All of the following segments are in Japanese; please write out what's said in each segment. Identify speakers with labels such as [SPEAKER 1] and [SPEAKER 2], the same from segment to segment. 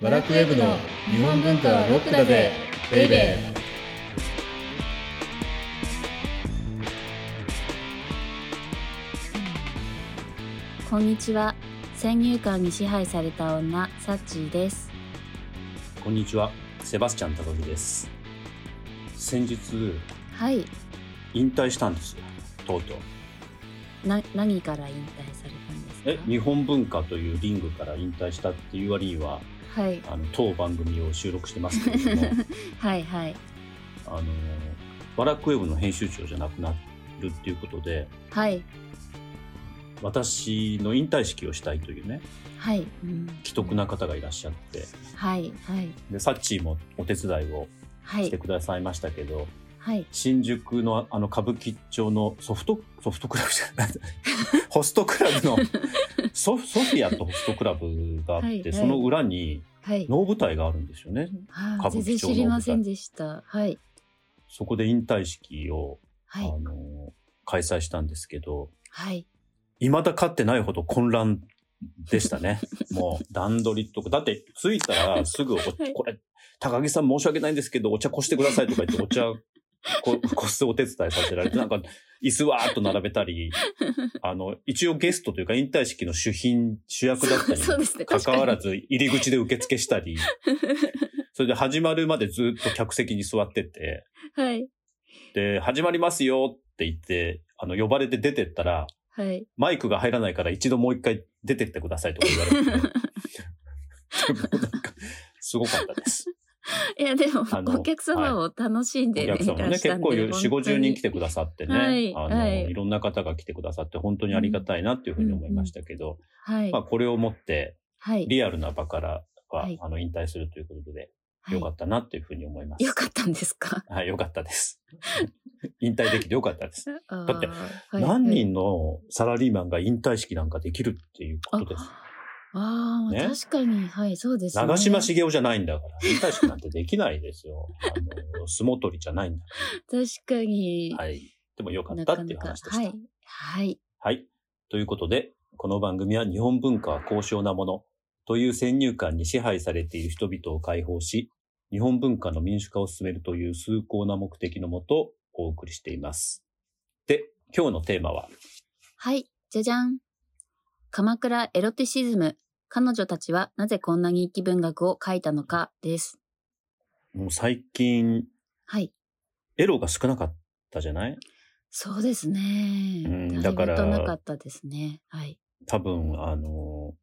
[SPEAKER 1] ワラクウェブの日本文化はロックだぜベイベー
[SPEAKER 2] こんにちは先入観に支配された女サッチーです
[SPEAKER 3] こんにちは、セバスチャン高木です。先日
[SPEAKER 2] はい
[SPEAKER 3] 引退したんですよ。とうとう。
[SPEAKER 2] な何から引退されたんですか
[SPEAKER 3] え、日本文化というリングから引退したっていう割には、
[SPEAKER 2] はい
[SPEAKER 3] あの当番組を収録してますけれども、
[SPEAKER 2] はいはい
[SPEAKER 3] あのワラクウェブの編集長じゃなくなるっていうことで、
[SPEAKER 2] はい
[SPEAKER 3] 私の引退式をしたいというね、
[SPEAKER 2] はい、うん、
[SPEAKER 3] 既得な方がいらっしゃって、
[SPEAKER 2] はいはい
[SPEAKER 3] でサッチーもお手伝いを
[SPEAKER 2] は
[SPEAKER 3] して
[SPEAKER 2] い
[SPEAKER 3] くださいましたけど、
[SPEAKER 2] はい
[SPEAKER 3] 新宿のあの歌舞伎町のソフトソフトクラブじゃないホストクラ ブのソソフィアとホストクラブがあって、
[SPEAKER 2] はいはい
[SPEAKER 3] その裏に
[SPEAKER 2] はい
[SPEAKER 3] 能舞台があるんですよね
[SPEAKER 2] あ
[SPEAKER 3] 歌
[SPEAKER 2] ー
[SPEAKER 3] 舞
[SPEAKER 2] 全然
[SPEAKER 3] 伎町の
[SPEAKER 2] 知りませんでしたはい
[SPEAKER 3] そこで引退式を、
[SPEAKER 2] はい
[SPEAKER 3] あの開催したんですけど
[SPEAKER 2] はい
[SPEAKER 3] 未だ勝ってないほど混乱でした ねもう段取りとかだって着いたらすぐお、
[SPEAKER 2] い
[SPEAKER 3] これ高木さん申し訳ないんですけどお茶こしてください」とか言ってお茶ここすお手伝いさせられてなんか椅子わーっと並べ たりあの、一応ゲストというか引退式の主賓、主役だったに
[SPEAKER 2] そうですね
[SPEAKER 3] 関わら
[SPEAKER 2] ず
[SPEAKER 3] ず入り口で受付し たり、それで始まるまでずっと客席に座ってて、
[SPEAKER 2] はい
[SPEAKER 3] で、始まりますよって言って、あの、呼ばれて出てったら、
[SPEAKER 2] はい
[SPEAKER 3] マイクが入らないから一度もう一回出てってくださいとか言わ れて、でもなんか、すごかったです。
[SPEAKER 2] いやでも
[SPEAKER 3] あの
[SPEAKER 2] お客様を楽しん
[SPEAKER 3] お
[SPEAKER 2] で、ね
[SPEAKER 3] 客様も
[SPEAKER 2] いら
[SPEAKER 3] ね、
[SPEAKER 2] っしゃ
[SPEAKER 3] 結
[SPEAKER 2] ん
[SPEAKER 3] 構
[SPEAKER 2] で
[SPEAKER 3] 4、50人来て
[SPEAKER 2] 本
[SPEAKER 3] くださってね、
[SPEAKER 2] はい
[SPEAKER 3] あの、
[SPEAKER 2] はい
[SPEAKER 3] いろんな方が来てくださって本当にありがたいなっていうふうに思いましたけど、
[SPEAKER 2] 当にはい、
[SPEAKER 3] まあこれをもって、
[SPEAKER 2] はい
[SPEAKER 3] リアルな場からは、
[SPEAKER 2] はい
[SPEAKER 3] あの引退するということで、
[SPEAKER 2] はい
[SPEAKER 3] よかったなっていうふうに思います。
[SPEAKER 2] よかったんですか
[SPEAKER 3] はい、よかったです。 引退できてよかったです。
[SPEAKER 2] だ
[SPEAKER 3] だって何人のサラリーマンが引退式なんかできるっていうことです。
[SPEAKER 2] ああ、
[SPEAKER 3] ね
[SPEAKER 2] 確かに、はい、そうですね。
[SPEAKER 3] 長嶋茂雄じゃないんだから、引退式なんてできないですよ。あの、相撲取りじゃないんだか
[SPEAKER 2] 確かに。。
[SPEAKER 3] ら。はいい。でもよかったっていう話でした。
[SPEAKER 2] はい。はい。
[SPEAKER 3] はい。ということで、この番組は日本文化は高尚なものという先入観に支配されている人々を解放し、日本文化の民主化を進めるという崇高な目的のもとお送りしています。で、今日のテーマは、
[SPEAKER 2] はい。じゃじゃん。鎌倉エロティシズム。彼女たちはなぜこんなに気文学を書いたのかです。
[SPEAKER 3] もう最近、
[SPEAKER 2] はい。
[SPEAKER 3] エロが少なかったじゃない
[SPEAKER 2] そうですね。
[SPEAKER 3] うんだから
[SPEAKER 2] いぶとなかったですね。はい。
[SPEAKER 3] 多分、あの、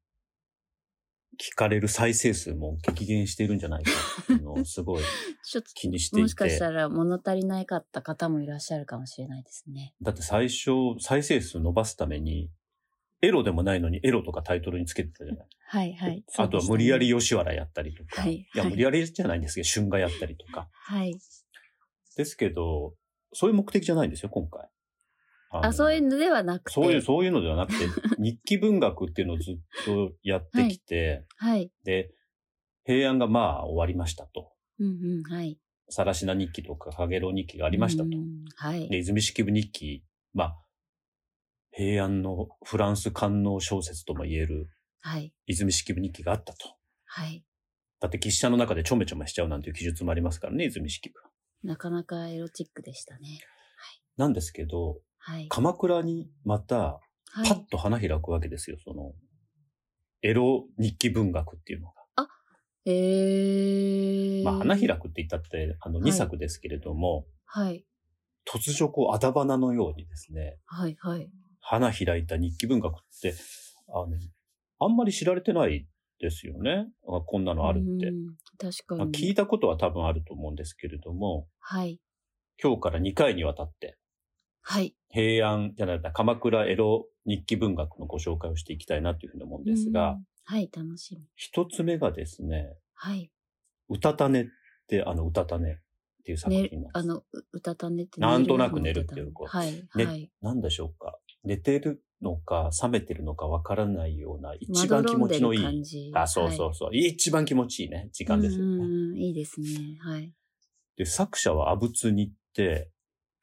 [SPEAKER 3] 聞かれる再生数も激減しているんじゃないかっていうのをすごい
[SPEAKER 2] ちょっ
[SPEAKER 3] 気にし
[SPEAKER 2] と、
[SPEAKER 3] ていて。
[SPEAKER 2] もしかしたら物足りないかった方もいらっしゃるかもしれないですね。
[SPEAKER 3] だって最初、再生数伸ばすために、エロでもないのにエロとかタイトルにつけてたじゃない。
[SPEAKER 2] はいはい。
[SPEAKER 3] あとは無理やり。吉原やったりとか。
[SPEAKER 2] はい
[SPEAKER 3] いや、
[SPEAKER 2] はい
[SPEAKER 3] 無理やりじゃないんですけど、春画やったりとか。
[SPEAKER 2] はい。
[SPEAKER 3] ですけど、そういう目的じゃないんですよ、今回。あの
[SPEAKER 2] あ、そういうのではなくて。
[SPEAKER 3] そういう、そういうのではなくて、日記文学っていうのをずっとやってきて、
[SPEAKER 2] はい。
[SPEAKER 3] で、平安がまあ終わりましたと。
[SPEAKER 2] うんうん、はい。
[SPEAKER 3] さらしな日記とか、かげろう日記があ
[SPEAKER 2] あ
[SPEAKER 3] りましたと。。
[SPEAKER 2] はい。
[SPEAKER 3] で、泉式部日記、まあ、平安のフランス官能小説とも言える
[SPEAKER 2] はい。
[SPEAKER 3] 泉式部日記があったと。
[SPEAKER 2] はい。
[SPEAKER 3] だって、筆者の中でちょめちょめしちゃうなんていう記述もありますからね、泉式部は。
[SPEAKER 2] なかなかエロチックでしたね。
[SPEAKER 3] なんですけど、
[SPEAKER 2] はい。
[SPEAKER 3] 鎌倉にまた、
[SPEAKER 2] は
[SPEAKER 3] パ
[SPEAKER 2] い
[SPEAKER 3] ッ、と花開くわけですよ、その、エロ日記文学っていうのが。
[SPEAKER 2] えー。
[SPEAKER 3] まあ、花開くって言ったって、あの、
[SPEAKER 2] はい
[SPEAKER 3] 2作ですけれども、
[SPEAKER 2] はい。
[SPEAKER 3] 突如こう、あだ花のようにですね、
[SPEAKER 2] はい、はい。
[SPEAKER 3] 花開いた日記文学って、あの、あんまり知られてないですよね。あこんなのあるって
[SPEAKER 2] う。ん。確か
[SPEAKER 3] まあ、
[SPEAKER 2] に。
[SPEAKER 3] 聞いたことは多分あると思うんですけれども、
[SPEAKER 2] はい。
[SPEAKER 3] 今日から2回にわたって、
[SPEAKER 2] はい。
[SPEAKER 3] 平安じゃないな、鎌倉エロ日記文学のご紹介をしていきたいなというふうに思うんです
[SPEAKER 2] う
[SPEAKER 3] が、
[SPEAKER 2] ん。はい、楽しみ。
[SPEAKER 3] 一つ目がですね、
[SPEAKER 2] はい。
[SPEAKER 3] うたた寝って、あの、うたた寝っていう作
[SPEAKER 2] ね
[SPEAKER 3] 品、なん
[SPEAKER 2] あ
[SPEAKER 3] です。
[SPEAKER 2] の、ううたた寝って
[SPEAKER 3] なんとなく
[SPEAKER 2] 寝
[SPEAKER 3] 寝るっていう
[SPEAKER 2] こ。
[SPEAKER 3] こと
[SPEAKER 2] はい、
[SPEAKER 3] ね
[SPEAKER 2] はい。
[SPEAKER 3] なんでしょうか寝てるのか、覚めてるのかわからないような、一
[SPEAKER 2] ま
[SPEAKER 3] 番
[SPEAKER 2] ど
[SPEAKER 3] 気
[SPEAKER 2] ろん
[SPEAKER 3] 持
[SPEAKER 2] で
[SPEAKER 3] ちの
[SPEAKER 2] る
[SPEAKER 3] い
[SPEAKER 2] 感
[SPEAKER 3] い。
[SPEAKER 2] じ。
[SPEAKER 3] あ、そうそうそう。一番気持ちいいね、時
[SPEAKER 2] はい。
[SPEAKER 3] 間ですよ
[SPEAKER 2] うん
[SPEAKER 3] ね。
[SPEAKER 2] うんうん。いいですね。はい。
[SPEAKER 3] で、作者は阿仏にって、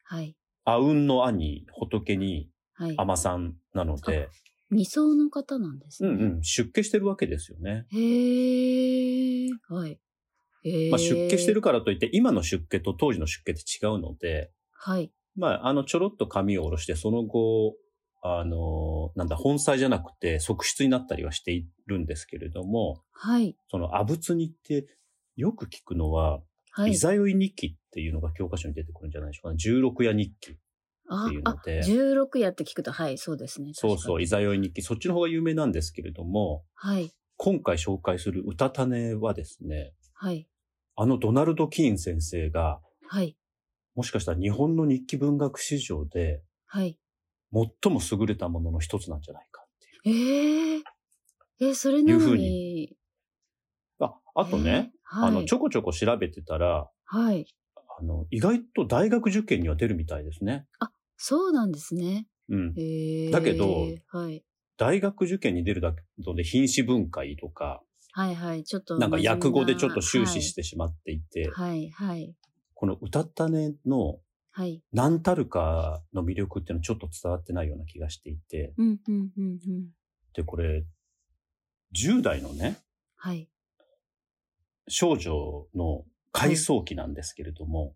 [SPEAKER 2] はい。
[SPEAKER 3] あうんの兄、仏に、
[SPEAKER 2] はい。
[SPEAKER 3] 尼さんなので、
[SPEAKER 2] 二層の方なんです
[SPEAKER 3] う
[SPEAKER 2] ね。
[SPEAKER 3] んうん、出家してるわけですよね。
[SPEAKER 2] へえ。はい。へえ。
[SPEAKER 3] まあ、出家してる。からといって、今の出家と当時の出家って違うので、
[SPEAKER 2] はい。
[SPEAKER 3] まあ、あの、ちょろっと髪を下ろして、その後、あの、なんだ、本妻じゃなくて、側室になったりはしているんですけれども、
[SPEAKER 2] はい。
[SPEAKER 3] その、阿仏にって、よく聞くのは、
[SPEAKER 2] はい
[SPEAKER 3] イ。ザヨイ日記っていうのが教科書に出てくるんじゃないでしょうかね。十六夜日記っ
[SPEAKER 2] あ
[SPEAKER 3] ていう、の
[SPEAKER 2] あ、
[SPEAKER 3] で。
[SPEAKER 2] 16やって聞くと、はい、そうですね。
[SPEAKER 3] そうそう、イ
[SPEAKER 2] 確
[SPEAKER 3] ザヨイ日記。そっちの方が有名なんですけれども、
[SPEAKER 2] かにはい。
[SPEAKER 3] 今回紹介する歌種はですね、
[SPEAKER 2] はい。
[SPEAKER 3] あのドナルド・キーン先生が、
[SPEAKER 2] はい。
[SPEAKER 3] もしかしたら日本の日記文学史上で
[SPEAKER 2] はい。
[SPEAKER 3] 最も優れたものの一つなんじゃないかっていう。
[SPEAKER 2] ええ。え、それな
[SPEAKER 3] いうふ
[SPEAKER 2] の
[SPEAKER 3] う
[SPEAKER 2] に。
[SPEAKER 3] あ、あとね、
[SPEAKER 2] えー。はい。
[SPEAKER 3] あの、ちょこちょこ調べてたら、
[SPEAKER 2] はい。
[SPEAKER 3] あの、意外と大学受験には出るみたいですね。
[SPEAKER 2] そうなんですね。
[SPEAKER 3] うん。
[SPEAKER 2] へえ。
[SPEAKER 3] だけど
[SPEAKER 2] はい。
[SPEAKER 3] 大学受験に出るだけで品詞分解とか、
[SPEAKER 2] はいはい。ちょっと。
[SPEAKER 3] なんか訳語でちょっと終始してしまっていて、
[SPEAKER 2] はい。はいはい。
[SPEAKER 3] この歌ったねの
[SPEAKER 2] はい。
[SPEAKER 3] 何たるかの魅力っていうのはちょっと伝わってないような気がしていて、
[SPEAKER 2] うん、うん、うん、うん。
[SPEAKER 3] で、これ、10代のね、
[SPEAKER 2] はい。
[SPEAKER 3] 少女の回想期なんですけれども、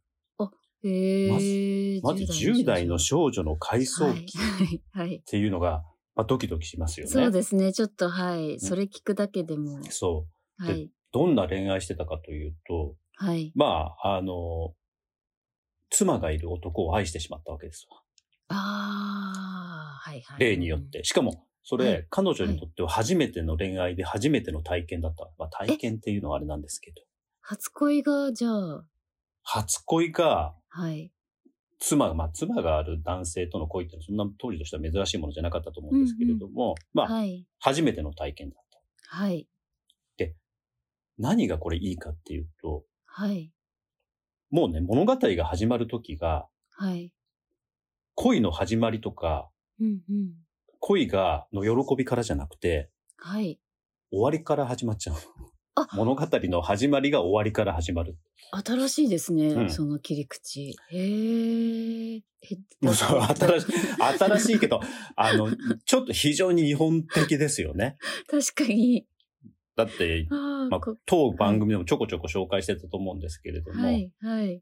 [SPEAKER 2] へえ。
[SPEAKER 3] まず10代の少女の回想期っ
[SPEAKER 2] はい。はい。はい
[SPEAKER 3] ていうのが、まあ、ドキドキしますよね。
[SPEAKER 2] そうですね。ちょっと、はい。それ聞くだけでも。
[SPEAKER 3] そう
[SPEAKER 2] はい。
[SPEAKER 3] どんな恋愛してたかというと、
[SPEAKER 2] はい。
[SPEAKER 3] まあ、あの、妻がいる男を愛してしまったわけですわ。
[SPEAKER 2] ああ、はいはい。
[SPEAKER 3] 例によって。しかも、それ、
[SPEAKER 2] はい
[SPEAKER 3] 彼女にとっては初めての恋愛で初めての体験だった。まあ、体験っていうのはあれなんですけど、
[SPEAKER 2] 初恋が、じゃあ、
[SPEAKER 3] 初恋が、
[SPEAKER 2] はい。
[SPEAKER 3] 妻、まあ、妻がある男性との恋っていうのは、そんな当時としては珍しいものじゃなかったと思うんですけれども、まあ、
[SPEAKER 2] はい。
[SPEAKER 3] 初めての体験だった。
[SPEAKER 2] はい。
[SPEAKER 3] 何がこれいいかっていうと、
[SPEAKER 2] はい。
[SPEAKER 3] もうね、物語が始まる時が、
[SPEAKER 2] はい。
[SPEAKER 3] 恋の始まりとか、
[SPEAKER 2] うんうん。
[SPEAKER 3] 恋が、の喜びからじゃなくて、
[SPEAKER 2] はい。
[SPEAKER 3] 終わりから始まっちゃう
[SPEAKER 2] あ。
[SPEAKER 3] 物語の始まりが終わりから始 まる。
[SPEAKER 2] 新しいですね、
[SPEAKER 3] うん
[SPEAKER 2] その切り口。へーえ。
[SPEAKER 3] もうそう新しい、新しいけど、あの、ちょっと非常に日本的ですよね。
[SPEAKER 2] 確かに。
[SPEAKER 3] だって、
[SPEAKER 2] ああ、
[SPEAKER 3] まあ
[SPEAKER 2] こ、
[SPEAKER 3] 当番組でもちょこちょこ紹介してたと思うんですけれども、
[SPEAKER 2] はい、はい。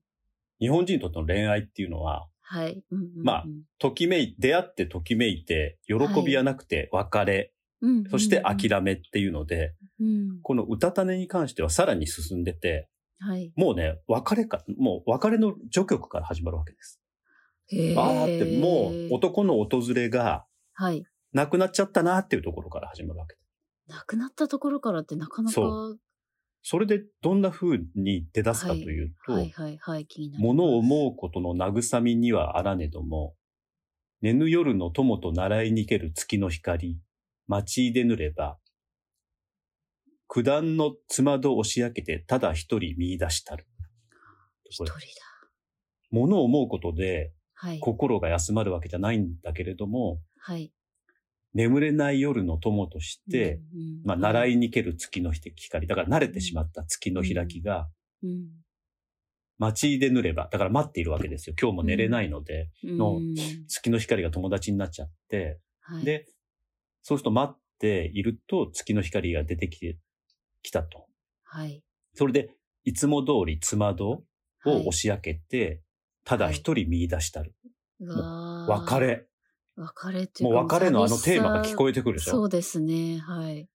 [SPEAKER 3] 日本人にとっての恋愛っていうのは、
[SPEAKER 2] はい。うんうんうん
[SPEAKER 3] まあ、ときめい、出会ってときめいて、喜びはなくて別れ、
[SPEAKER 2] うんうんうん
[SPEAKER 3] そして諦めっていうので、
[SPEAKER 2] うん。
[SPEAKER 3] この歌種に関してはさらに進んでて、
[SPEAKER 2] はい。
[SPEAKER 3] もうね、別れか、もう別れの序曲から始まるわけです。
[SPEAKER 2] へ
[SPEAKER 3] ああって、もう男の訪れが
[SPEAKER 2] はい。
[SPEAKER 3] なくなっちゃったなっていうところから始まるわけです。
[SPEAKER 2] 亡くなったところからってなかなか、
[SPEAKER 3] そそれでどんな風に出だすかというと、
[SPEAKER 2] はいはいはい、気になる。
[SPEAKER 3] 物を思うことの慰みにはあらねども、寝ぬ夜の友と習いにける月の光、待ち出ぬれば、九段のつまど押し明けてただ一人見出したる。
[SPEAKER 2] 一人だ。
[SPEAKER 3] 物を思うことで
[SPEAKER 2] はい。
[SPEAKER 3] 心が休まるわけじゃないんだけれども、
[SPEAKER 2] はい。
[SPEAKER 3] 眠れない夜の友として、
[SPEAKER 2] うんうん、
[SPEAKER 3] まあ、習
[SPEAKER 2] い。
[SPEAKER 3] いにける月の光、だから慣れてしまった月の開きが、
[SPEAKER 2] うん
[SPEAKER 3] 待ち出ぬれば、だから待っているわけですよ。今日も寝れないので、の
[SPEAKER 2] うん
[SPEAKER 3] 月の光が友達になっちゃって、
[SPEAKER 2] はい、
[SPEAKER 3] で、そうすると待っていると月の光が出てきて、きたと。
[SPEAKER 2] はい。
[SPEAKER 3] それで、いつも通りつまどを押し明けて、ただ一人見出したる。
[SPEAKER 2] はい、
[SPEAKER 3] 別。れ。
[SPEAKER 2] 別れっていう
[SPEAKER 3] もう別れのあのテーマが聞こ
[SPEAKER 2] え
[SPEAKER 3] えてくるでし
[SPEAKER 2] そ
[SPEAKER 3] ょ
[SPEAKER 2] うですね。はい。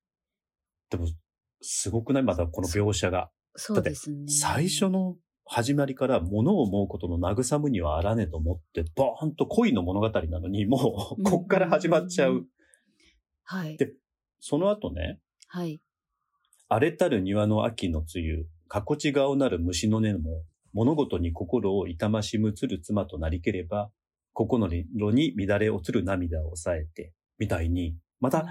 [SPEAKER 3] でも、すごくないまだこの描写が。
[SPEAKER 2] そうですね。
[SPEAKER 3] 最初の始まりから物を思うことの慰むにはあらねと思って、ボーンと恋の物語なのに、もう、こっから始まっちゃ
[SPEAKER 2] うんうん
[SPEAKER 3] う
[SPEAKER 2] う。はい。
[SPEAKER 3] でその後ね、
[SPEAKER 2] はい。
[SPEAKER 3] 荒れたる庭の秋の梅雨、かこち顔なる虫の根も、物事に心を痛ましむつる妻となりければ、心に乱れ落つる涙を抑えて、みたいに、ま
[SPEAKER 2] う
[SPEAKER 3] た、
[SPEAKER 2] ん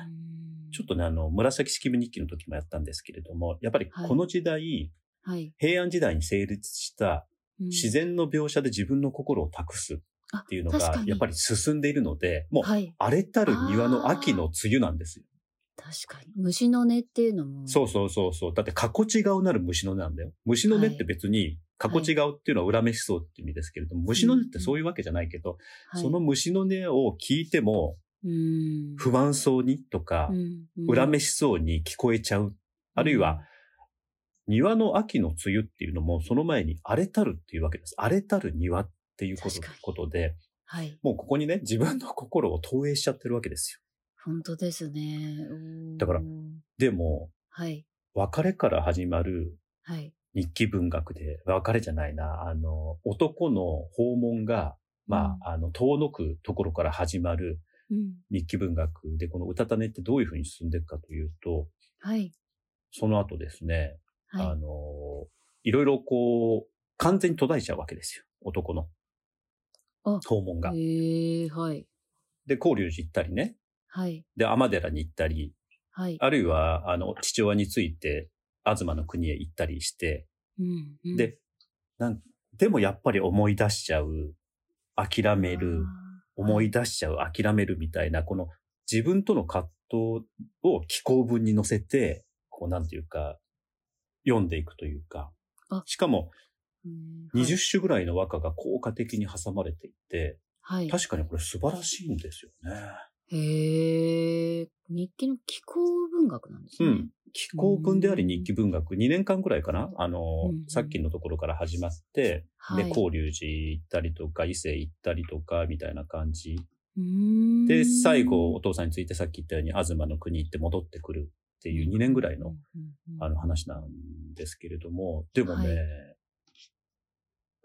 [SPEAKER 3] ちょっとね、あの、紫式部日記の時もやったんですけれども、やっぱり
[SPEAKER 2] はい
[SPEAKER 3] この時代、
[SPEAKER 2] はい。
[SPEAKER 3] 平安時代に成立した
[SPEAKER 2] うん
[SPEAKER 3] 自然の描写で自分の心を託すっていうの
[SPEAKER 2] あ確
[SPEAKER 3] が
[SPEAKER 2] か、に
[SPEAKER 3] やっぱり進んでいるので、もう、
[SPEAKER 2] はい。
[SPEAKER 3] 荒れたる庭の秋の梅雨なんですよ。
[SPEAKER 2] 確かに。虫の音っていうのも。
[SPEAKER 3] そうそうそうそう。だって、かこち顔なる虫の根なんだよ。虫の根って別に、かこち顔っていうのは恨めしそうって意味ですけれども、虫の根ってそういうわけじゃないけど、
[SPEAKER 2] はい
[SPEAKER 3] その、虫の根を聞いても、
[SPEAKER 2] うん。
[SPEAKER 3] 不満そうにとか、
[SPEAKER 2] うんうん
[SPEAKER 3] 恨めしそうに聞こえちゃう。あるいは、庭の秋の梅雨っていうのも、その前に荒れたるっていうわけです。荒れたる庭っていうこと
[SPEAKER 2] 確かに
[SPEAKER 3] ことで、
[SPEAKER 2] はい。
[SPEAKER 3] もうここにね、自分の心を投影しちゃってるわけですよ。
[SPEAKER 2] 本当ですね。うん
[SPEAKER 3] だから。でも、
[SPEAKER 2] はい。
[SPEAKER 3] 別れから始まる
[SPEAKER 2] はい。
[SPEAKER 3] 日記文学で、別れじゃないな、あの、男の訪問が、まあ、あの、遠のくところから始まる
[SPEAKER 2] うん。
[SPEAKER 3] 日記文学で、この歌種ってどういうふうに進んでいくかというと、
[SPEAKER 2] はい。
[SPEAKER 3] その後ですね、
[SPEAKER 2] は
[SPEAKER 3] あ
[SPEAKER 2] い。
[SPEAKER 3] の、いろいろこう、完全に途絶えちゃうわけですよ。男の
[SPEAKER 2] あ。
[SPEAKER 3] 訪問が。
[SPEAKER 2] ええはい。
[SPEAKER 3] で、交流寺行ったりね。
[SPEAKER 2] はい。
[SPEAKER 3] で、天寺に行ったり、
[SPEAKER 2] はい。
[SPEAKER 3] あるいは、あの、父親について、東の国へ行ったりして、
[SPEAKER 2] うんうん
[SPEAKER 3] で、なん、でもやっぱり思い出しちゃう、諦める、
[SPEAKER 2] あー
[SPEAKER 3] 思い出しちゃう、諦めるみたいな、この自分との葛藤を気候文に乗せて、こうなんていうか、読んでいくというか
[SPEAKER 2] あ、
[SPEAKER 3] しかも
[SPEAKER 2] うんはい
[SPEAKER 3] 20種ぐらいの和歌が効果的に挟まれていて、
[SPEAKER 2] はい。
[SPEAKER 3] 確かにこれ素晴らしいんですよね。
[SPEAKER 2] へえ、日記の気候文学なんです
[SPEAKER 3] う
[SPEAKER 2] ね。
[SPEAKER 3] ん。気候文であり
[SPEAKER 2] うん
[SPEAKER 3] 日記文学、2年間くらいかなあの、
[SPEAKER 2] うん
[SPEAKER 3] さっきのところから始まって、
[SPEAKER 2] はい。
[SPEAKER 3] で、交流寺行ったりとか、伊勢行ったりとか、みたいな感じ。
[SPEAKER 2] うーん
[SPEAKER 3] で、最後、お父さんについてさっき言ったように、東の国行って戻ってくるっていう2年ぐらいの、
[SPEAKER 2] うんうんうん
[SPEAKER 3] あの話なんですけれども、でもね、
[SPEAKER 2] はい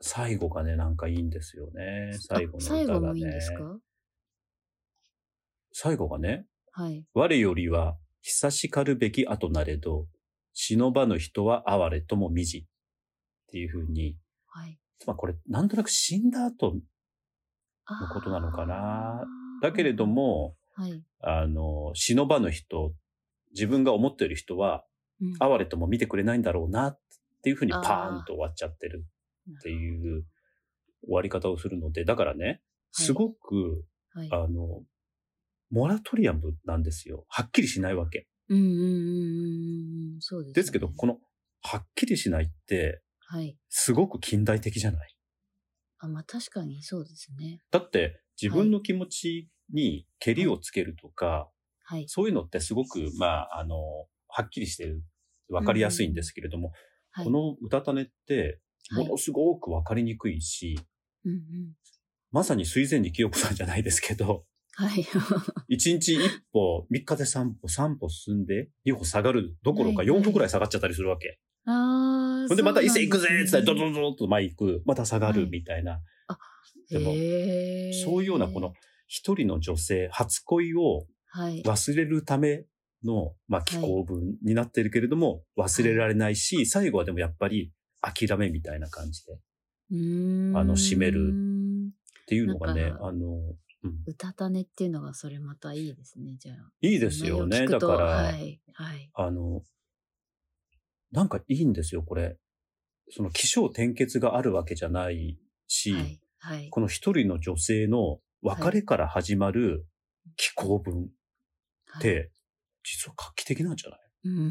[SPEAKER 3] 最後がね、なんかいいんですよね。最後
[SPEAKER 2] あ
[SPEAKER 3] の
[SPEAKER 2] 最
[SPEAKER 3] 歌
[SPEAKER 2] 後
[SPEAKER 3] が
[SPEAKER 2] もいいん
[SPEAKER 3] ね。
[SPEAKER 2] ですか
[SPEAKER 3] 最後がね、
[SPEAKER 2] はい。
[SPEAKER 3] 我よりは久しかるべき後なれど、忍ばぬ人は哀れともみじ。っていうふうに、
[SPEAKER 2] はい。
[SPEAKER 3] まあこれ、なんとなく死んだ後、
[SPEAKER 2] あー
[SPEAKER 3] のことなのかな。だけれど、も、
[SPEAKER 2] はい。
[SPEAKER 3] あの、忍ばぬ人、自分が思っている人は、
[SPEAKER 2] うん
[SPEAKER 3] 哀れとも見てくれないんだろうな、っていうふうに
[SPEAKER 2] あー
[SPEAKER 3] パーンと終わっちゃってるっていう終わり方をするので、だからね、すごく、
[SPEAKER 2] はい。
[SPEAKER 3] あの、モラトリアムなんですよ。はっきりしないわけ。
[SPEAKER 2] うんうんうんうんうん。そうです、ね。
[SPEAKER 3] ですけど、この、はっきりしないって、
[SPEAKER 2] はい。
[SPEAKER 3] すごく近代的じゃない
[SPEAKER 2] あ、まあ確かにそうですね。
[SPEAKER 3] だって、自分の気持ちに蹴りをつけるとか、
[SPEAKER 2] はい。
[SPEAKER 3] そういうのってすごく、まあ、あの、はっきりしてる、わかりやすいんですけれども、
[SPEAKER 2] はい。
[SPEAKER 3] この歌種って、
[SPEAKER 2] は
[SPEAKER 3] も
[SPEAKER 2] い
[SPEAKER 3] のすごくわかりにくいし、
[SPEAKER 2] うんうん。
[SPEAKER 3] まさに水前寺清子さんじゃないですけ ど、
[SPEAKER 2] はい。
[SPEAKER 3] 一日一歩、三日で三歩、三歩進んで、二歩下がるどころか
[SPEAKER 2] はいはい
[SPEAKER 3] 四歩ぐらい下がっちゃったりするわけ。
[SPEAKER 2] ああ。
[SPEAKER 3] ほんでまた伊勢行くぜ
[SPEAKER 2] そうなん
[SPEAKER 3] っ
[SPEAKER 2] で
[SPEAKER 3] つ
[SPEAKER 2] す
[SPEAKER 3] っ
[SPEAKER 2] ね
[SPEAKER 3] て、ドドドドッと前行く、また下が
[SPEAKER 2] は
[SPEAKER 3] る
[SPEAKER 2] い
[SPEAKER 3] みたいな、でも
[SPEAKER 2] へー
[SPEAKER 3] そういうようなこの、一人の女性、初恋を
[SPEAKER 2] はい。
[SPEAKER 3] 忘れるための、まあ、
[SPEAKER 2] い
[SPEAKER 3] 気候文になってるけれども、忘れられないし、最後はでもやっぱり諦めみたいな感じで。っ
[SPEAKER 2] うーん
[SPEAKER 3] あの締めるていうのがね
[SPEAKER 2] なん、か
[SPEAKER 3] あの、
[SPEAKER 2] うたた寝っていうのがそれまたいいですね、じゃあ。
[SPEAKER 3] いいですよね。
[SPEAKER 2] 内容聞
[SPEAKER 3] だ
[SPEAKER 2] くと
[SPEAKER 3] から、
[SPEAKER 2] はい。はい。
[SPEAKER 3] あの、なんかいいんですよ、これ。その気象転結があるわけじゃないし、
[SPEAKER 2] はい。はい。
[SPEAKER 3] この一人の女性の別れから始まる気候文っ
[SPEAKER 2] はい、
[SPEAKER 3] て、実は画期的なんじゃない
[SPEAKER 2] うんうんう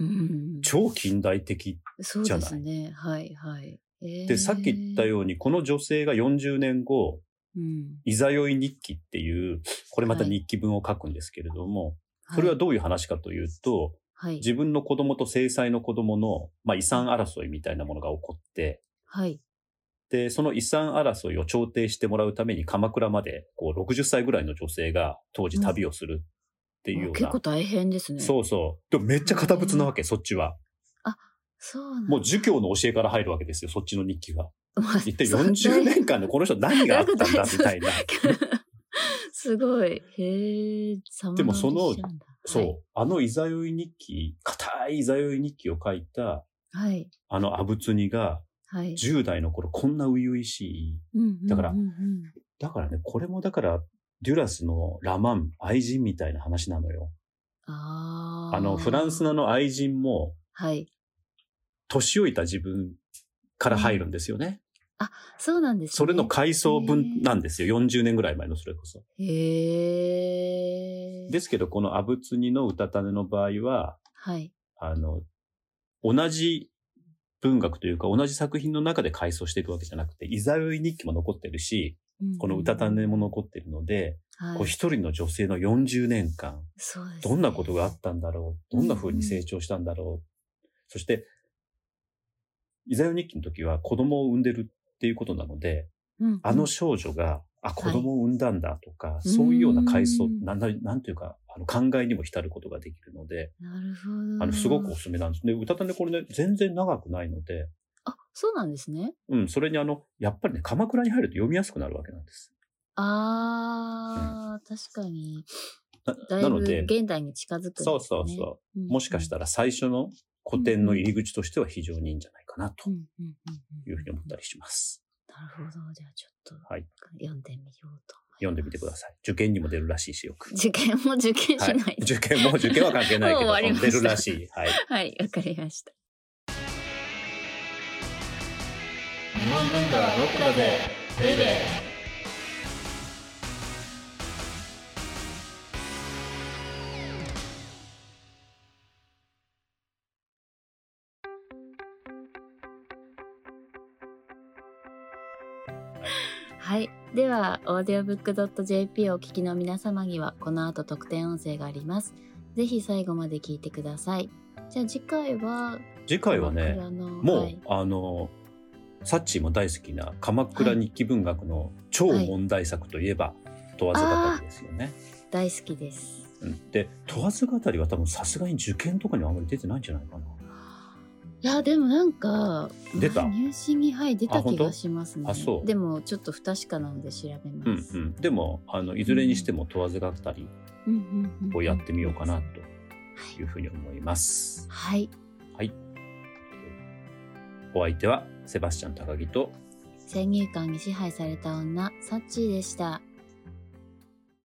[SPEAKER 2] ん
[SPEAKER 3] 超近代的
[SPEAKER 2] そうですね。はい。はい。
[SPEAKER 3] で、さっき言った
[SPEAKER 2] う
[SPEAKER 3] ように、この女性が40年後、
[SPEAKER 2] に、うん
[SPEAKER 3] いざよい日記っていう、これまた
[SPEAKER 2] はい
[SPEAKER 3] 日記文を書くんですけれども、それはどういう話かというと、
[SPEAKER 2] はい。
[SPEAKER 3] 自分の子供と正妻の子供の、まあ、遺産争いみたいなものが起こって、
[SPEAKER 2] はい。
[SPEAKER 3] で、その遺産争いを調停してもらうために鎌倉まで、こう、60歳ぐらいの女性が当時旅をするっていうような。
[SPEAKER 2] 結構大変ですね。
[SPEAKER 3] そうそう。でもめっちゃ堅物なわけ、そっちは。
[SPEAKER 2] そうなんだ。
[SPEAKER 3] もう儒教の教えから入るわけですよ、そっちの日記が。
[SPEAKER 2] まあ
[SPEAKER 3] 一体
[SPEAKER 2] そう
[SPEAKER 3] 40年間でこの人何があ ったんだみたいな。
[SPEAKER 2] すごい。へえ。様
[SPEAKER 3] でもその
[SPEAKER 2] 変わりしちゃんだ
[SPEAKER 3] そう、あのいざよい日記、硬いいざよい日記を書いた、
[SPEAKER 2] はい。
[SPEAKER 3] あの阿部にが、
[SPEAKER 2] はい。はい
[SPEAKER 3] 10代の頃こんな初々しい。
[SPEAKER 2] うんうんうんうん
[SPEAKER 3] だからだからね、これもだから、デュラスのラマン、愛人みたいな話なのよ。
[SPEAKER 2] あー
[SPEAKER 3] あの、フランスのあの愛人も、
[SPEAKER 2] はい。
[SPEAKER 3] 年老いた自分から入るんですよね。
[SPEAKER 2] そうなんですね。
[SPEAKER 3] それの回想分なんですよ。40年ぐらい前のそれこそ。
[SPEAKER 2] へえ。
[SPEAKER 3] ですけど、この阿部にの歌種の場合は、
[SPEAKER 2] はい。
[SPEAKER 3] あの、同じ文学というか同じ作品の中で回想していくわけじゃなくて、いざよい日記も残ってるし、この歌たねも残ってるので、
[SPEAKER 2] はい
[SPEAKER 3] こう一人の女性の40年間、
[SPEAKER 2] そうですね
[SPEAKER 3] どんなことがあったんだろう、どんな風に成長したんだろう。そして、イザヨ日記の時は子供を産んでるっていうことなので、
[SPEAKER 2] うんうん
[SPEAKER 3] あの少女が、あ、子供を産んだんだとか、
[SPEAKER 2] い
[SPEAKER 3] そういうような回想
[SPEAKER 2] う、ん
[SPEAKER 3] なんだなんというか、あの考えにも浸ることができるので、
[SPEAKER 2] なるほど。
[SPEAKER 3] あの、すごくおすすめなんです。で、歌たねこれね、全然長くないので、
[SPEAKER 2] あ、そうなんですね。
[SPEAKER 3] うん、それにあの、やっぱりね、鎌倉に入ると読みやすくなるわけなんです。
[SPEAKER 2] あー、確かに。
[SPEAKER 3] な
[SPEAKER 2] だ
[SPEAKER 3] ない
[SPEAKER 2] ぶ
[SPEAKER 3] ので、
[SPEAKER 2] 現代に近づくんですね。
[SPEAKER 3] そうそうそうう。
[SPEAKER 2] ん。
[SPEAKER 3] もしかしたら最初の古典の入り口としては非常にいいんじゃないかなと
[SPEAKER 2] うんうんうんうん
[SPEAKER 3] いうふうに思ったりします。
[SPEAKER 2] なるほど。じゃあちょっと
[SPEAKER 3] はい
[SPEAKER 2] 読んでみようと
[SPEAKER 3] 読んでみてください。受験にも出るらしいし、よく。
[SPEAKER 2] 受験も受験し
[SPEAKER 3] は
[SPEAKER 2] ない。
[SPEAKER 3] い、受験も受験は関係ないけ
[SPEAKER 2] もう終わりま
[SPEAKER 3] ど、
[SPEAKER 2] した
[SPEAKER 3] 出るらしい。はい。
[SPEAKER 2] はい、わかりました。
[SPEAKER 1] 日本文化はロックだぜベイベー
[SPEAKER 2] はい。では、オーディオブックドット JP をお聞きの皆様には、この後特典音声があります。ぜひ最後まで聞いてください。じゃあ次回は、
[SPEAKER 3] 次回はね、
[SPEAKER 2] 鎌倉の
[SPEAKER 3] もう、
[SPEAKER 2] はい
[SPEAKER 3] あの、サッチーも大好きな鎌倉日記文学の超問題作といえば、問わず語りですよね。
[SPEAKER 2] 大好きです。
[SPEAKER 3] うんで、問わず語りは多分さすがに受験とかにはあまり出てないんじゃないかな。
[SPEAKER 2] いやでもなんか
[SPEAKER 3] 出た
[SPEAKER 2] 前入試にはい出
[SPEAKER 3] あ
[SPEAKER 2] た
[SPEAKER 3] 本
[SPEAKER 2] 気
[SPEAKER 3] 当
[SPEAKER 2] がしますね
[SPEAKER 3] あそう
[SPEAKER 2] でもちょっと不確かなので調べ
[SPEAKER 3] うん
[SPEAKER 2] ます、
[SPEAKER 3] うん。でも、あの、いずれにしても問わず語り
[SPEAKER 2] うんうんうん
[SPEAKER 3] をやってみようかなというふうに思います。
[SPEAKER 2] はい
[SPEAKER 3] お相手はセバスチャン高木と
[SPEAKER 2] 先入観に支配された女サッチーでした